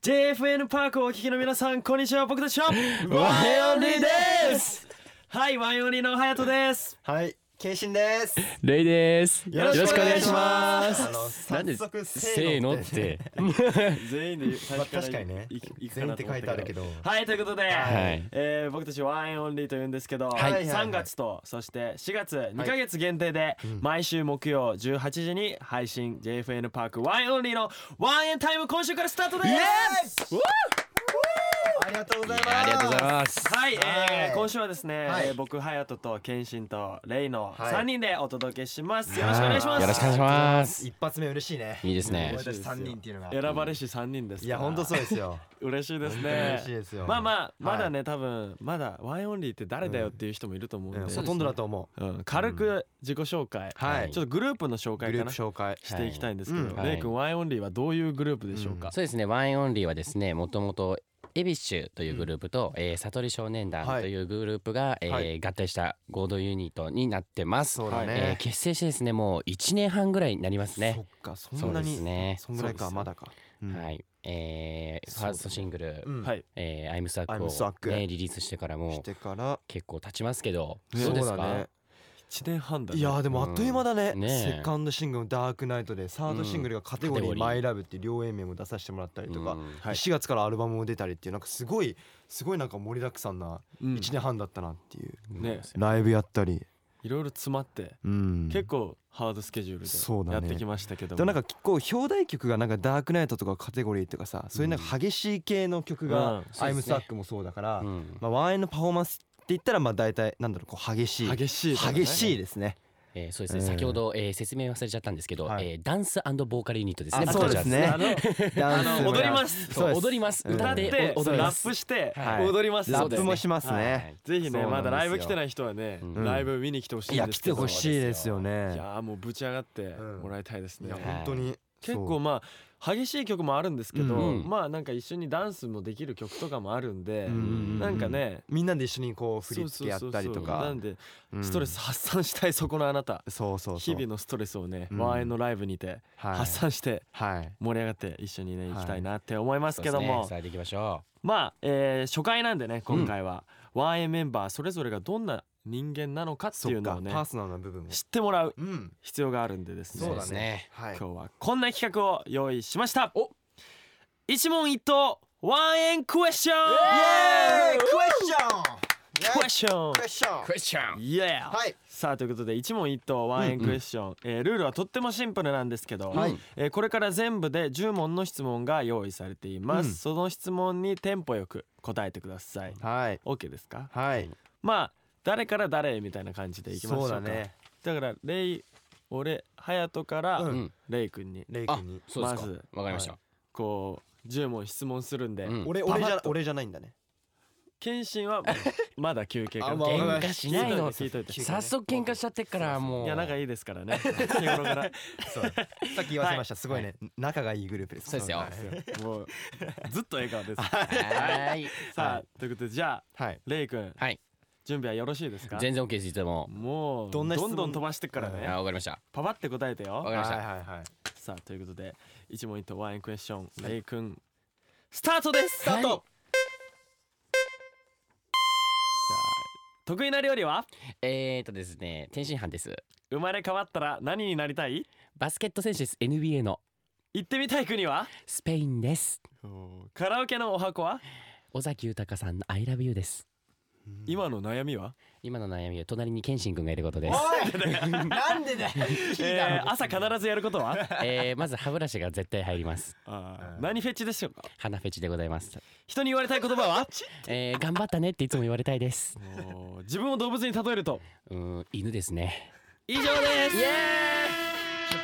JFN パークをお聞きの皆さんこんにちは僕たちはワンエンオンリーですはいワンヨニのハヤトですはい、謙信です。レイです。よろしくお願いしますよろしくお願いしますあの早速せせーーののっってて。全員で最まあ初から確かにねいい、くか全員なっとて思書いてあるけど。はいということで、はいえー僕たちワンエンオンリーと言うんですけど、いはいはい3月とそして4月2ヶ月限定で毎週木曜18時に配信 JFN パークワンエンオンリーのワンエンタイム今週からスタートですありがとうございます。ありがとうございます。はい、はえいー、今週はですね、はいえー僕隼人と謙信とレイのはい三人でお届けします、よろしくお願いしますよろしくお願いします。一発目嬉しいね。いいですね俺たち三人っていうのが。選ばれし三人ですからいや、本当そうですよ。嬉しいですね嬉しいですよ。まあまあまだね、多分まだワインオンリーって誰だよっていう人もいると思うんで、うん。うんほとんどだと思軽く自己紹介、はいちょっとグループの紹う。グ介ルかーなプし紹介。ていきたいんですけど、はいうんレイ君ワインオンリーはどういうグループでしょうか、そうですね、ワンエンオンリーはですね、もともとエビッシュというグループと、えー悟り少年団はいというグループが、えーはい合体した合同ユニットになってます。そうだえーね。結成してですね、もう1年半ぐらいになりますそね。っか、そんそなうですに。ね。そんぐらいか、まだか。うんはい。えー、フそうァですねーストシングル、うんはいえー、アイムスアアイムスアッッククを、ね、リリースしてからしもてから。結構経ちますけど、ねどうですだかね。 1年半だねいやーでもあっという間だね,、うんねえセカンドシングルの「ダークナイトでサードシングルがカテゴリー「うんマイラブっていう両 A 面も出させてもらったりとか、うんはい4月からアルバムも出たりっていうなんかすごいすごいなんか盛りだくさんなうん1年半だったなっていう、ねライブやったり、いろいろ詰まって、うん、結構ハードスケジュそうールでやだねってきましたけどでも、もなんか結構表題曲がなんかダークナイトとかカテゴリーとかさそういうなんか激しい系の曲うんがそうですね「アイムスタック」もそうだから、うんまあ、ワンエンのパフォーマンスって言ったらまあ大体なんだろうこう激しい激しいとかね、激しいですねえー、そうですね、うん先ほど、えー、説明忘れちゃったんですけど、はいえーダンスボーカルユニットですねあ僕たちはそうですねあのダンスも踊りますすそうそうです踊ります、うん歌歌っってておお踊りラまッすプしてはい踊りますラのでップもしますね、はいぜひそうねなんまだライブです来よてない人はねうんライブ見に来てほしいいんやです来けてどほしいですよいねやーもうぶち上がってうんもらいたいですいねやはい本当に結構まあ激しい曲もあるんですけどうんまあなんか一緒にダンスもできる曲とかもあるんでうんうんうんなんかねみんなで一緒にこう振り付けやったりそとうそうそうなかんでうんストレス発散したいそこのあなたそうそうそ日う々のストレスをねうんワンエンのライブにてはい発散してはい盛り上がって一緒にねはい行きたいなって思いますけどそうでもすね伝えていきましょまあ、えー初回なんでね今回は、ワンエンメンバーそれぞれがどんな人間なのかっていそうっのかをねパーソナルな部分を知ってもらううん必要があるんでですうねそうだねですねはい今日はこんな企画を用意しましたお一問一答ワンエンクエスチョンイエーイクエスチョンクエスチョンエスチョンクエスチョンイエーはいさあということで一問一答ワンエンクエスチョン、えールールはとってもシンプルなんですけど、はいえーこれから全部で10問の質問が用意されています、うんその質問にテンポよく答えてくださいはい OK ですかはいまあ誰から誰へみたいな感じでいきましょそううかだねだからレイ俺隼人から、うんうんレイ君にレイあ君にそうですまかずわかりました、はこう10問質問するんで、うん俺パパ俺じッゃと俺じゃないんだね謙信は まだ休憩からあまあ喧嘩まあ喧嘩しないの聞いといて聞いといて早速喧嘩しちゃってっからもういや仲いいですからね日頃 からそうさっき言わせましたすごいね仲がいいグループですそうですよはいもうずっと笑顔ですはーいさはあということでじゃあはいレイ君はい準備はよろしいですか 全然 OK ですいつでももうどどんんな質ど問んどん飛ばしてっからあね、ーわかりましたパパって答えてよわかりました、はいはいはいさあということで一問一答ワンエンクエスチョンレイ君スタートですスタートはいじゃあ得意な料理はえーとですね天津飯です生まれ変わったら何になりたいバスケット選手です NBA の行ってみたい国はスペインですカラオケのお箱は尾崎豊さんの I love you です今の悩みは、今の悩みは隣に健信君がいることですおいなんでだよえー、朝必ずやることはえー、まず歯ブラシが絶対入りますあうーん何フェチでしょうか鼻フェチでございます、人に言われたい言葉はえー、頑張ったねっていつも言われたいですおー自分を動物に例えるとうーん犬ですね以上です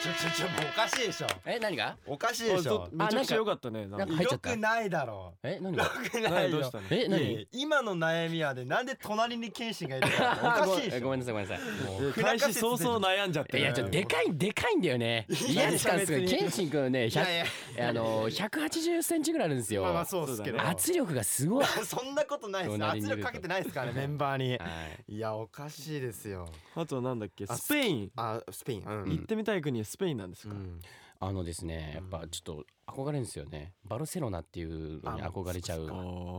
ちょちょちょちょもうおかしいでしょえ何がおかしいあでしちょょっとめちゃくちゃ良かったねなんかなん入っちゃよったくないだろえ何がうよくなないどようしたのえいやい何や今の悩みやでなんで隣に謙信がいるかおかしいでえしごょめんなさいごめんなさ開始早々悩んじゃっていいやちょっとでかいでかいんだよね嫌ですかんすごいいや健信君ねいやい100やあの180センチぐらいあるんですよ、まあまあそうですけど圧力がすごい そんなことないです隣に圧いると力かけてないですからねメンバーにはいいやおかしいですよあとなんだっけあスペインあスペインううんん行ってみたい国はススペインなんですうか、んあのですねやっぱちょっと憧れるんですよねバルセロナっていうのに憧れちゃあうーう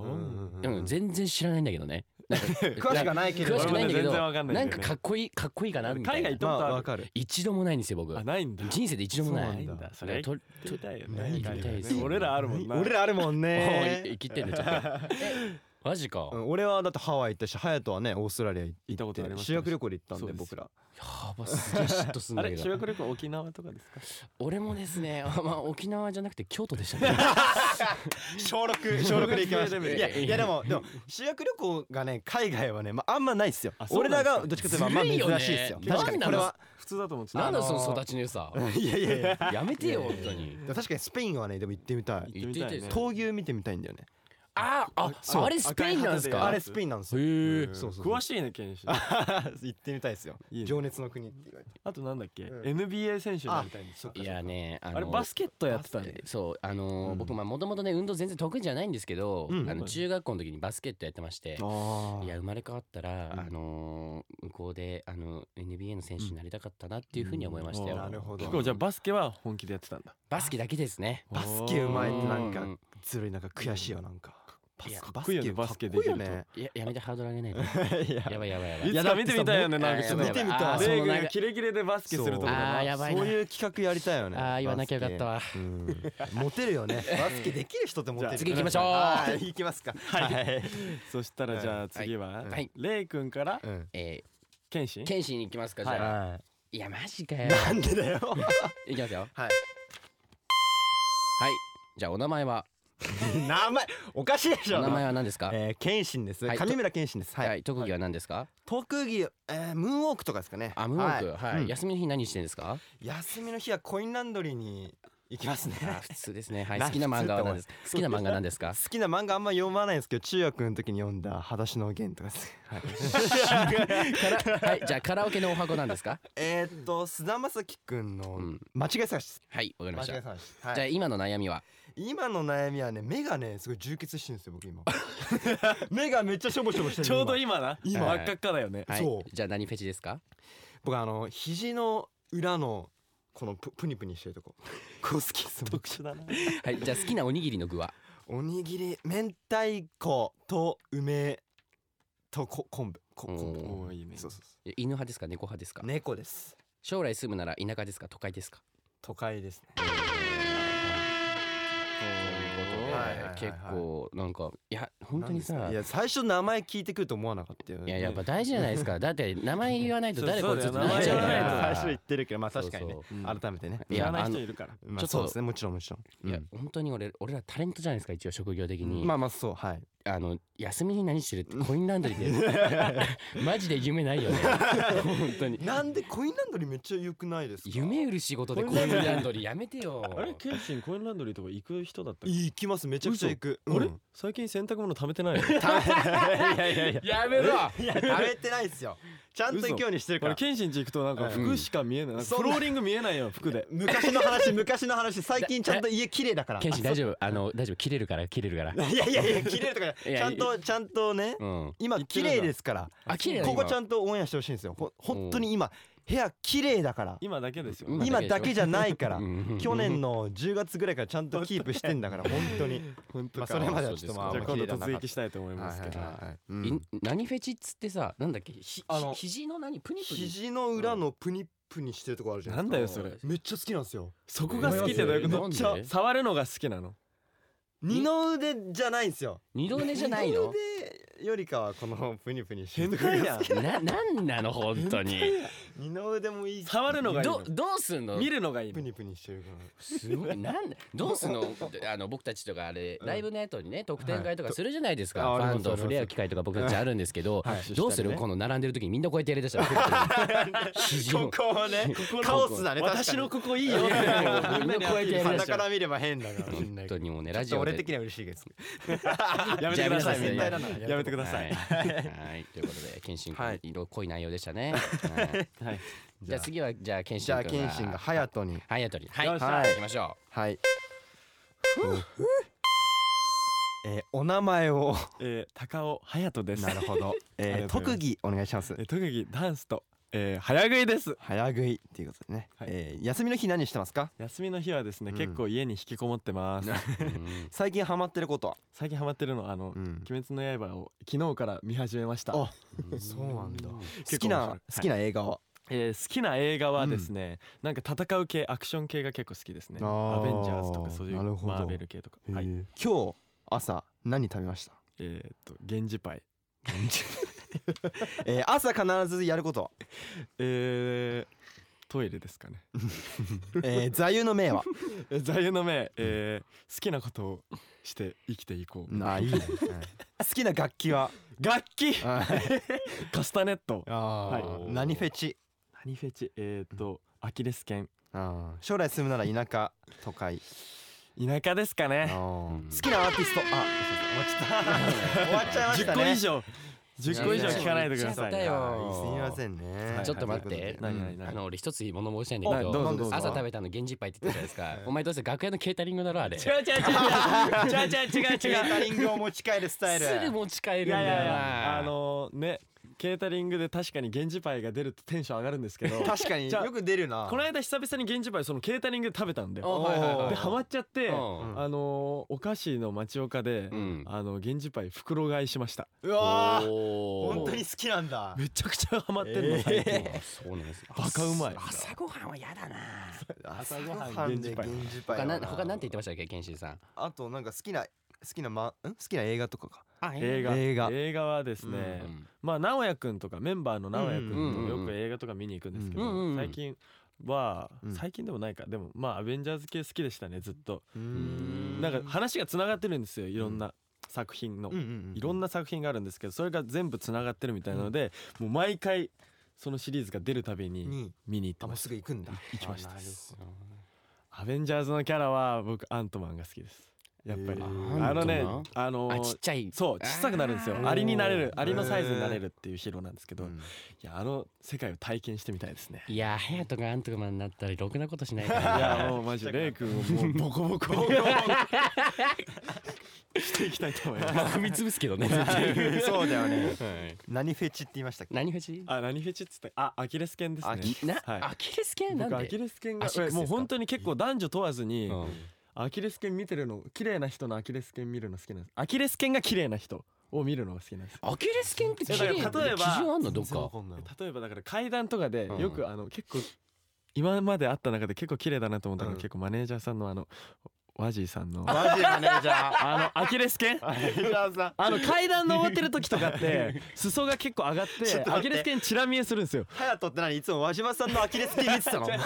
んうん全然知らないんだけどねなんか 詳しくはないけれど詳しくないんだけ俺もね全ど然わかんなないんんだよねかかっこいいかっこいいかなみたい海な外行ったまこあとあるわかる一度もないんですよ僕あないんだ人生で一度もなないいんだそれと行ってみたいよね行ってみたいですよ俺らあるもんな俺らあるもん おねい生きてんねちょっとえマジかうやん俺はだってハワイ行ったし隼人はねオーストラリア行行ったことありっまてす修学旅行で行ったんそうでです僕らばすげえ嫉妬すんあだけれど修学旅行沖縄とかですか俺もですね、あまあ、沖縄じゃなくて京都でしたね。小6小6で行きましたレベルいやいやでもでも修学旅行がね海外はねまああんまないっすよあそうなん俺ですらかがどっちかといえばまあずるいよね珍しいっすよ確かなにんなのこれは普通だと思ってたなんだそあののー育ちの良さ。 いやいやいややめてよ、い本やい当に。確かにスペインはねでも行ってみたい行ってみたいね行ってみたいです闘牛見てみたいんだよねあー、あ、そうあれスペインなんで赤い旗すでか。あへれスペインなんですよえ。そうそうそう詳しいねケンシ 行ってみたいですよいいね情熱の国って言われてあとなんだっけ、うん NBA 選手になりたいんですよいやね、ああのれバスケットやってたんでそうあのーうん僕まあもともとね運動全然得意じゃないんですけど、うんあの中学校の時にバスケットやってまして、あいや生まれ変わったら、うんあのー向こうであの NBA の選手になりたかったなっていうふうに思いましたよ、うんなるほど結構じゃあバスケは本気でやってたんだバスケだけですねバスケうまいってなんうかんずるいなんか悔しいよなんかバいやかっこいいよねバスケかっこいいよねいややめてハードル上げ ないでいややばいやばいやばいいつか見てみたいよねいやなんかちょっ見とてみたあーいそレのイグなんがかキレキレでバスケするとこあだーなやばいなそういう企画やりたいよねあー言わなきゃよかったわバスケうんモテるよね バスケできる人ってモテるじゃあ次行きましょうはい行きますかはいそしたらじゃあ次ははいレイくんからうんえケンシー、剣士に行きますかじゃあ、、はいやマジかよいなんでだよいきますよはいはいじゃあお名前は名前おかしいでしおょ名前は何ですかえー謙信ですはい上村謙信ですはい、はい特技は何ですか、特技えームーンウォークとかですかねあムーンウォークははいい、うん休みの日何してんですか休みの日はコインランドリーに行きますね あ普通ですねはいな好きな漫画は何ですか好きな漫画何 ですか好きな漫画あんま読まないんですけど中学の時に読んだ「裸足の弦」とかです、 はい、からはいじゃあカラオケのお箱なんですかえーっと菅田将暉くんのうん間違い探しですはいわかりま間した違い探し、はい、じゃあ今の悩みは今の悩みはね目がねすごい充血してるんですよ 僕今目がめっちゃしょぼしょぼしてるちょうどい今な今真っ赤っかだよねはいそうじゃあ何フェチです か僕あの肘の裏のこのププニプニしてる とここう好きです僕特殊だなはいじゃあ好きなおにぎりの具はおにぎり明太子と梅とこ昆布こおー昆布おーいいねそうそうそえ犬派ですか猫派ですか、う猫です将来住むなら田舎ですか都会ですか都会ですねはいはいはいはい結構なんかいや本当にさいや最初名前聞いてくると思わなかったよねいややっぱ大事じゃないですかだって名前言わない と誰そこういつそっうてだよなっちゃうか名前言わない最ら初言ってるけどまあそうそ確うかにねうん改めてねい知やらない人いるからちょまあっとそうですねもちろんもちろんいや本当に俺俺らタレントじゃないですか一応職業的うんに、まあまあそうはいあの休みに何してるってコインランドリー でマジで夢ないよね本当になんでコインランドリーめっちゃ良くないですか夢売る仕事でコインランドリーやめてよ あれケンシンコインランドリーとか行く人だったっけ行きますめちゃくちゃ行くあうれん最近洗濯物貯めてない のいやいやいややめろいや食べてないですよちゃんと行くようにしてるかこれらケンシンち行くとなんか服しか見えないなんかフローリング見えないよ服で昔の話昔の話最近ちゃんと家綺麗 だからケンシン大丈夫あの大丈夫切れるから切れるからいやいやいや綺麗とかじゃないいやちゃんとちゃんとねうん今言って綺るんだ麗ですからあ綺麗なここちゃんんとオンエアしてほしいんですよほ本当に今部屋綺麗だから今だけですよ今今だけじゃないからうん去年の10月ぐらいからちゃんとキープしてんだから本当に本当まあかそれまではちょっとまあじゃあ今度まあ突撃したいと思いますけどはいはいはいうんい何フェチっつってさなんだっけひあのひ肘の何プニプニ肘の裏のプニプニしてるとこあるじゃなないんでだよそれすかめっちゃ好きなんですよそこが好きってどういうことなんで触触るのが好きなの二の腕じゃないんですよ二度寝じゃないの二の腕よりかはこのプニプニして変るとこが態やんななんなの本当に二の腕もいいし触るのがいいどのどうすんの見るのがいいプのニプニしてるからすごいなんどうすんのあの僕たちとかあれライブの後にね特典会とかするじゃないですか、はいフああァりンますと触れ合う機会とか僕たちあるんですけど、はいどうす下る、にねこの並んでる時にみんなこうやってやりだしたら肘のここはねカオスだね私のここいいよ ってみんなこうやってやりだ鼻しかたらら見れば変だから本当にもうねララジジオオ俺で的には嬉しいですやめてくださいじゃあみんなやめてくださいやめてくださはいいはいということで謙信は君い色濃い内容でしたね、はいはいじゃあ次はじゃあ謙じ信ゃ君あが謙信が隼人にはいやとりはいよっしゃはい行きましょはいえーお名前をえー高尾隼人ですなるほどありえー がとうございます特技お願いしますえー特技ダンスとえー早食いです早食いっていうことでね、はいえー休みの日何してますか休みの日はですね、うん結構家に引きこもってますうん 最近ハマってることは最近ハマってるのはあの、うん鬼滅の刃を昨日から見始めましたあそうなんだ好結構き面白いな好きな映画は、えー好きな映画はですね、なんか戦う系アクション系が結構好きですねあーアベンジャーズとかそういうなるほどマーベル系とかはいへえ今日朝何食べました、えーっと源氏パイえー朝必ずやることは、えートイレですかねえー座右の銘はえ座右の銘、えー好きなことをして生きていこうあいいね、はい好きな楽器は楽器はいカスタネットあはー何フェチ何フェチえーっとアキレス腱あー将来住むなら田舎都会田舎ですかあねーうん好きなアーティストあ終わっちゃった終わっちゃいました10ね個以上10個以上聞かないでください言っちゃったよはいすみませんねはいちょっと待ってはういん何々あの俺一つ物申したいんだけおどうぞどどうぞ朝食べたの源氏パイって言ってたじゃないですかお前どうせ楽屋のケータリングだろあれ違う違う違う違う違う違う違う違うケータリングを持ち帰るスタイルすぐ持ち帰るん いやだよいやいやなあのねケータリングで確かに源氏パイが出るとテンション上がるんです けどこ確かにじゃあよく出るなの間久々に源氏パイそのケータリングで食べたんであはいはいはいでハマっちゃってうんあのお菓子の町岡でうんあの源氏パイ袋買いしましたうわーおー本当に好きなんだめちゃくちゃハマってんのえー最近あそうなんですバカうまい朝ごはんは嫌だな朝ごごはんはんで源源氏パイ他はな他なんて言ってましたっけ健信さんあとなんか好きな好きなまん好きな映画とかかあ映画映画映画はですねまあ直哉くんとかメンバーの直哉くんとうんよく映画とか見に行くんですけうんうどんうん最近はうん最近でもないかでもまあアベンジャーズ系好きでしたねずっとううんなんか話がつながってるんですよいろんな作品のうんうんいろんな作品があるんですけどそれが全部つながってるみたいなのでもう毎回そのシリーズが出るたびにに見に行ってあもまうすすぐ行くんだ行きましたあなるアベンジャーズのキャラは僕アントマンが好きですやっぱりああのねアントマンあのあーちっちゃいそう小さくなるんですよあーアリになれるおーアリのサイズになれるっていうヒーローなんですけほどどいやあの世界を体験してみたいですねいやハヤトがアントマンになったらろくなことしないかいら やもうマジレイ君をもうボコボコにしていきたいと思います踏み潰すけどねそうだよねはい何フェチって言いましたっけ何藤あ何フェチっつってあアキレス腱ですねあきなはいアキレス腱なん僕アキでレス腱が足くっつもうですか本当に結構男女問わずに、うんアキレス腱見てるの綺麗な人のアキレス腱見るの好きなんですアキレス腱が綺麗な人を見るのが好きなんですアキレス腱って綺麗いやだから例えば基準あんのどっ全然わかかんない例えばだから階段とかでうんよくあの結構今まで会った中で結構綺麗だなと思ったのうがん結構マネージャーさんのあのワジーさんのマジマネージャーあのアキレス 腱マネージャーさんあの階段登ってる時とかって裾が結構上がってアキレス腱チラ見えするんですよ隼人って何いつも和島さんのアキレス腱見てたのや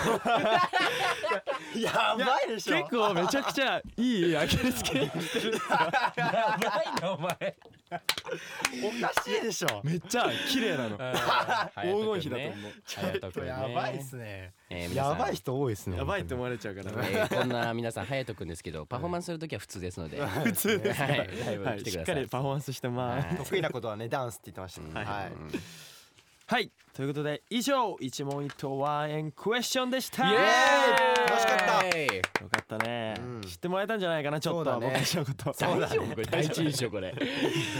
ばいでしょ結構めちゃくちゃいいアキレス腱やばいなお前おかしいでしょ めっちゃ綺麗 なの黄金比だと思う思うやばいっすねえー皆さやんばい人多いですねやばいって思われちゃうからねえーこんな皆さん隼人くんですけどパフォーマンスするときは普通ですので普通ですはいライブは来い、てしくっだかさいりパフォーマンスしてますはい得意なことはねダンスって言ってましたうんねはいうんはいということで以上一問一答ワンエンクエスチョンでしたイエーイ楽しかったたよかったね、うん知ってもらえたんじゃないかなちょっそうと、だね僕たちのこと大丈夫これ第一印象これ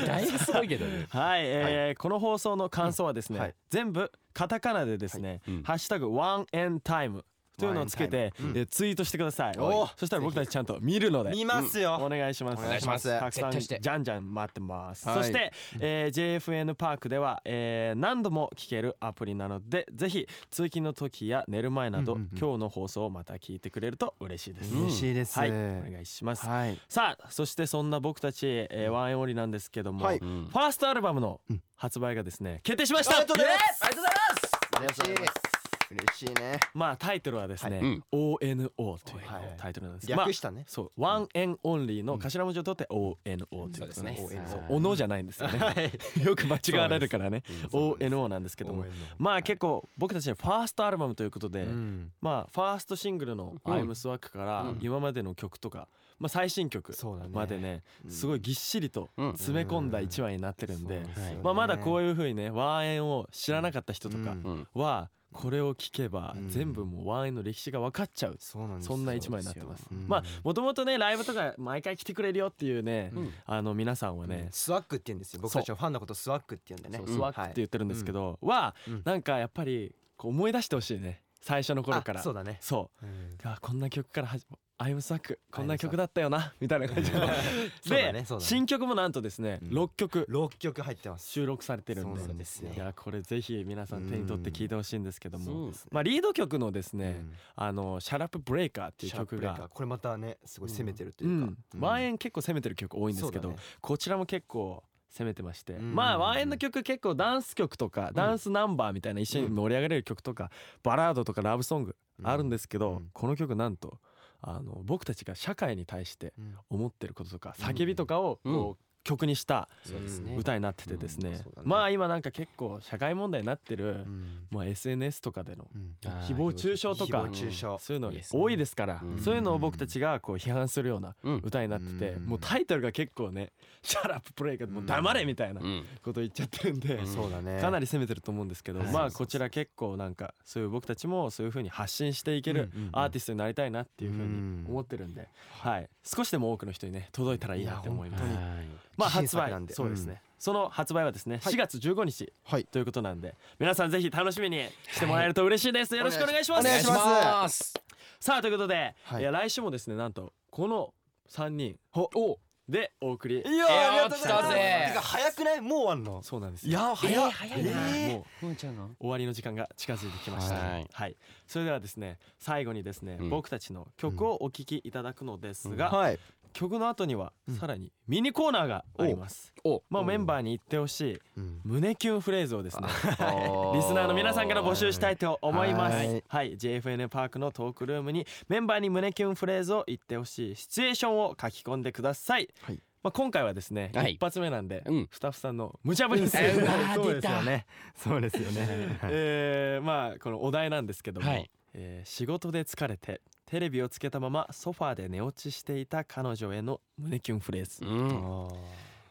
だいぶすごいけどね はい、えーこの放送の感想はですね、うんはい全部カタカナでですね、うんハッシュタグワンエンタイムというのをつけて、えーツイートしてくださいおーそしたら僕たちちゃんと見るので見ますよお願いしますお願いしますたくさん絶対してじゃんじゃん待ってます、はいそして、えー JFN パークでは、えー何度も聞けるアプリなのでぜひ通勤の時や寝る前など、うんうんうん今日の放送をまた聞いてくれると嬉しいです、嬉しいですはいお願いします、はいさあそしてそんな僕たち、えーワンエンオリなんですけども、はいうんファーストアルバムの発売がですね決定しましたありがとうございますイエーイありがとうございますありがとうございます嬉しいねまあタイトルはですね、はいうん ONO というはいタイトルなんですまあ略したねそうワンエンオンリーの頭文字を取って ONO ということそうですねそうおのじゃないんですよね よく間違われるからね ONO なんですけどもまあ結構僕たちのファーストアルバムということで、うんまあファーストシングルの「うん IMSWAC」から今までの曲とか、まあ、最新曲そうだねまでねうんすごいぎっしりとうん詰め込んだ一枚になってるんで、そうですよねまあ、まだこういう風にねワンエンを知らなかった人とかうんうんはこれを聞けばうん全部もうワンエンの歴史が分かっちゃうそうなんですそんな一枚になってますうんまあもともとねライブとか毎回来てくれるよっていうねうんあの皆さんはねスワックって言うんですよ僕たちはファンのことスワックって言うんでねそうスワックって言ってるんですけどはうんなんかやっぱりこう思い出してほしいね最初の頃からあそうだねそううんあこんな曲から始まアイムスワックこんな曲だったよなみたいな感じの そうだで、ねそうだね新曲もなんとですね、うん6曲6曲入ってます収録されてるんでそうなんですよいやこれぜひ皆さん手に取って聴いてほしいんですけども、うんまあ、リード曲のですうね「んあのシャラップブレイカー」っていうシャープ曲ブレイカーが。これまたねすごい攻めてるとういうんか、ワンエン結構攻めてる曲多いんですけど、そうだねこちらも結構攻めてまして、うんまあワンエンの曲結構ダンス曲とか、ダンスナンバーみたいな一緒に盛り上がれる曲とか、バラードとかラブソングあるんですけど、うんこの曲なんとあの僕たちが社会に対してうん思ってることとか叫びとかをうんこう曲にしたそうですね歌になっててですね,、うんそうだねまあ今なんか結構社会問題になってる、うんまあ、SNS とかでのうんあー誹謗中傷とか誹謗中傷そういうのいいですね多いですからうんそういうのを僕たちがこう批判するようなうん歌になってて、うんもうタイトルが結構ね「シャラッププレイカー」もう黙れみたいなうんこと言っちゃってるんで、うんそうだねかなりり攻めてると思うんですけど、はいまあこちら結構なんかそういう僕たちもそういう風に発信していけるアーティスストになりたいなっていう風に思ってるんで、はい、少しでも多くの人にね届いたらいいなって思います。はいまあ自発信作売なんでそうですね、うんその発売はですね、はい4月15日はいということなんで皆さんぜひ楽しみにしてもらえると嬉しいです、よろしくお願いしますお願いしますすさあということで、はいい、や来週もですねなんとこの3人でお送りいやいやありがとうございま来すたぜてか早くないもうあんのそうなんですいよやえ早ーっ早いなえーもうもうちゃんの終わりの時間が近づいてきましたはいそれではですね最後にですね、うん僕たちの曲をお聴きいただくのですが、はい曲の後にはさらにミニコーナーがあります、おまあメンバーに言ってほしいうん胸キュンフレーズをですねリリスナーの皆さんから募集したいと思います。ははいい、JFN パークのトークルームにメンバーに胸キュンフレーズを言ってほしいシチュエーションを書き込んでください。はいまあ今回はですね、はい一発目なんで、うんスタッフさんの無茶ぶりです。 うわそうで出すよたねそうですよねはいえーまあこのお題なんですけども、はいえー仕事で疲れてテレビをつけたままソファーで寝落ちしていた彼女への胸キュンフレーズ。うあんー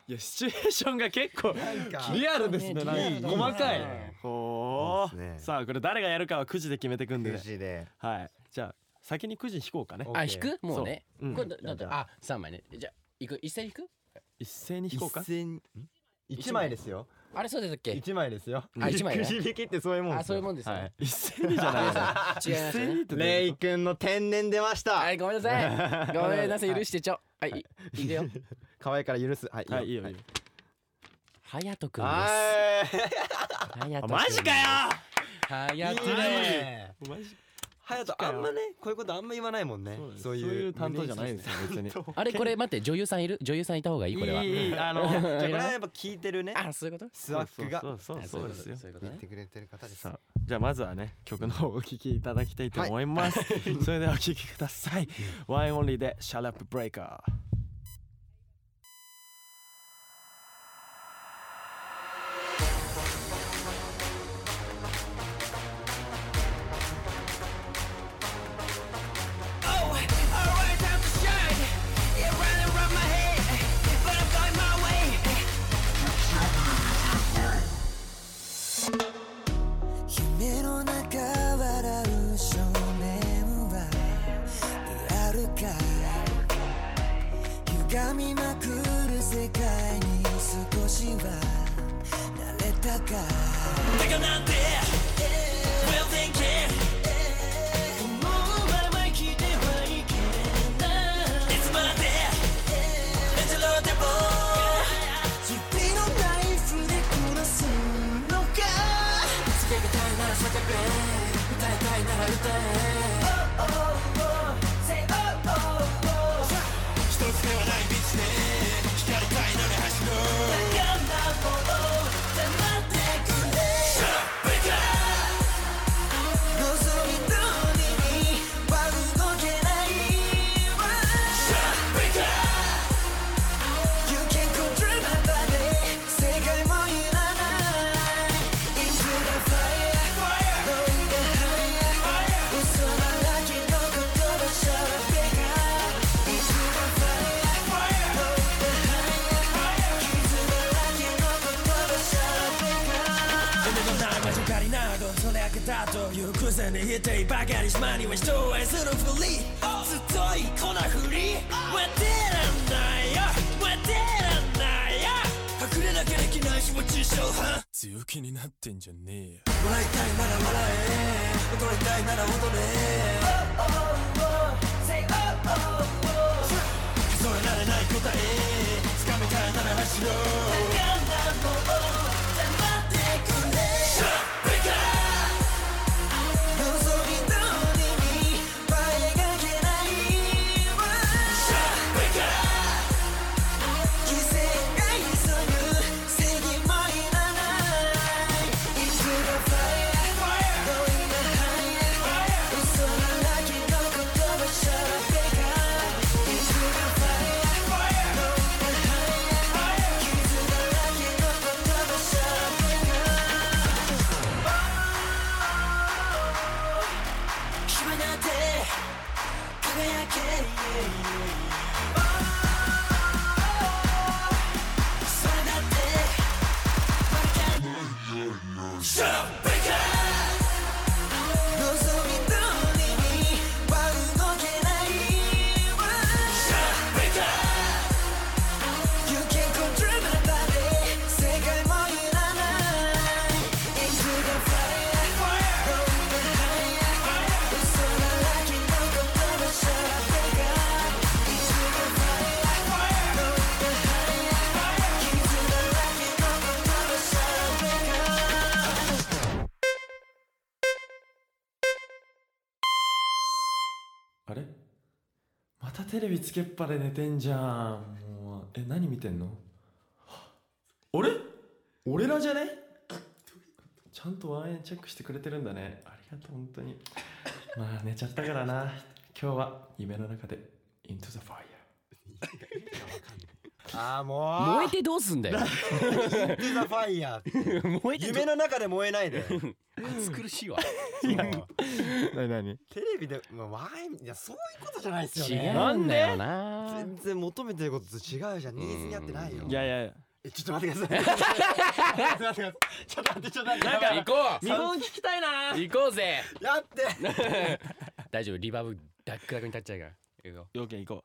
いやシチュエーションが結構なんかリアルですね。ねなんかリアルだね細かいね。ほそうう、ですねさあこれ誰がやるかはくじで決めてくんで、無事ではい。じゃあ先にくじ引こうかね。あ引くもうねそううんこれだだってじゃああ三枚ねじゃあ行く一斉に行く一斉に引こう一か。斉に一枚ですよあれそうでしたっけ一枚ですよあ一枚ねくじ引きってそういうもんあですそうよいうもんですよはねい。一斉にじゃ ないの。違いま一すよ斉ねにってどうレいうイこくんの天然出ましたはいごめんなさいごめんなさい許してちょはいいいくよ可愛いから許すはいと。はいいいよいいよ。はやとくんですははやあとマジかよ。はやといいいねねマジ。はやとあんまねこういうことあんま言わないもんねそういう担当じゃないですよ別に。あれこれ待って女優さんいる女優さんいた方がいいこれはいいいいあのじゃあこれいらはないやっぱ聞いてるねあそういうことスワックがそうそうそうそうですよ。そういうこと言っねてくれてる方ですさあじゃあまずはね曲の方をお聴きいただきたいと思います。それではお聴きください。ワインオンリーでシャラップブレイカー。夢の中笑う少年はリアルか歪みまくる世界に少しは慣れたかてかなんて Well thinking このまま生きてはいけないいつまで Untelotable 指のナイフでこなすのか叫びたいなら叫べ歌いたいなら歌え Oh oh oh Say oh oh oh 一つではない道で光りたいのに走ろうだからもう黙ってくれ Shut up, b i 望み通りには動けないわ Shut up, b i You can control my body 世界もいらない Into the fire 燃えて higher 嘘だらけの言葉しゃべら Into the fire だけだというくせに否定ばかり島には人を愛するふりずっといこなふりわてらないよわてらないよ隠れなきゃできない気持ち小半強気になってんじゃねえよ笑いたいなら笑え踊りたいなら踊れ数えられない答え掴みたいなら走ろう君なんて輝け Oh, それだってわかる Shut up, break it up 望み通りには動けないわ Shut up, break it up 行け control まで世界もいらない Into the fire Going higher 嘘だらけの言葉しゃべが Into the fire Going higher 傷だらけの言葉しゃべがあれまたテレビつけっぱで寝てんじゃんもうえ何見てんのあれ俺らじゃねちゃんとワンエンチェックしてくれてるんだねありがとう本当にまあ寝ちゃったからな今日は夢の中で Into the Fire ああもう燃えてどうすん だよえてザファイヤー 燃えてど夢の中で燃えないでう苦しいわそう何何テレビで、まあ、ワインいやそういうことじゃないですよ違ねうんだよな全然求めてることと違うじゃんニーズに合ってないよいやいやえちょっと待ってくださいちょっと待ってちょっと待ってちょっと待って行こう日本聞きたいな行こうぜやって大丈夫リバーブダックダックに立っちゃうから行こ要件行こ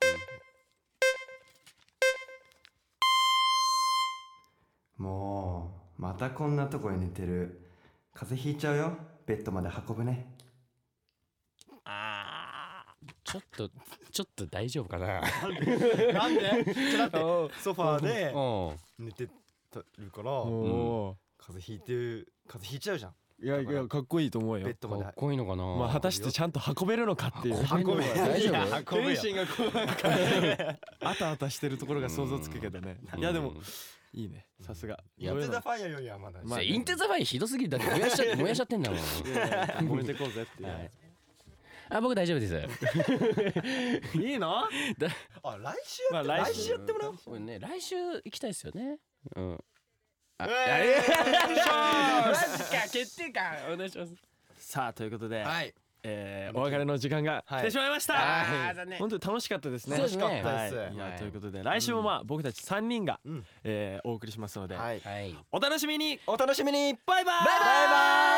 もうまたこんなとこで寝てる風邪ひいちゃうよベッドまで運ぶねうちょっとちょっと大丈夫かななんでちょっと待ってソファーでうん寝てるからう風お邪ひいてる風邪ひいちゃうじゃんーいやいやかっこいいと思うよベッドまでかっこいいのかなまあ果たしてちゃんと運べるのかっていう運べんのか大丈夫運ぶよがこうなんかあたあたしてるところが想像つくけどねいやでもいいねさすがやってたファイヤーよりはまだまあインテザファイひどすぎるだって燃やしちゃ燃やしちゃってんだ もん揉めてこうぜっていう、はいあ僕大丈夫ですい、いのあ来週まあやっ来て来週週やってもらおうそうね来週行きたいですよねうんあえマジか決定感お願いしますさあということで、ーはいえーお別れの時間が来てしまいました、はいあー残念本当に楽しかったですねそうですね楽しかったですはいいやはいということで来週もまあ、僕たち3人が、んえーお送りしますので、はいはいお楽しみにお楽しみにバイバイバイバイ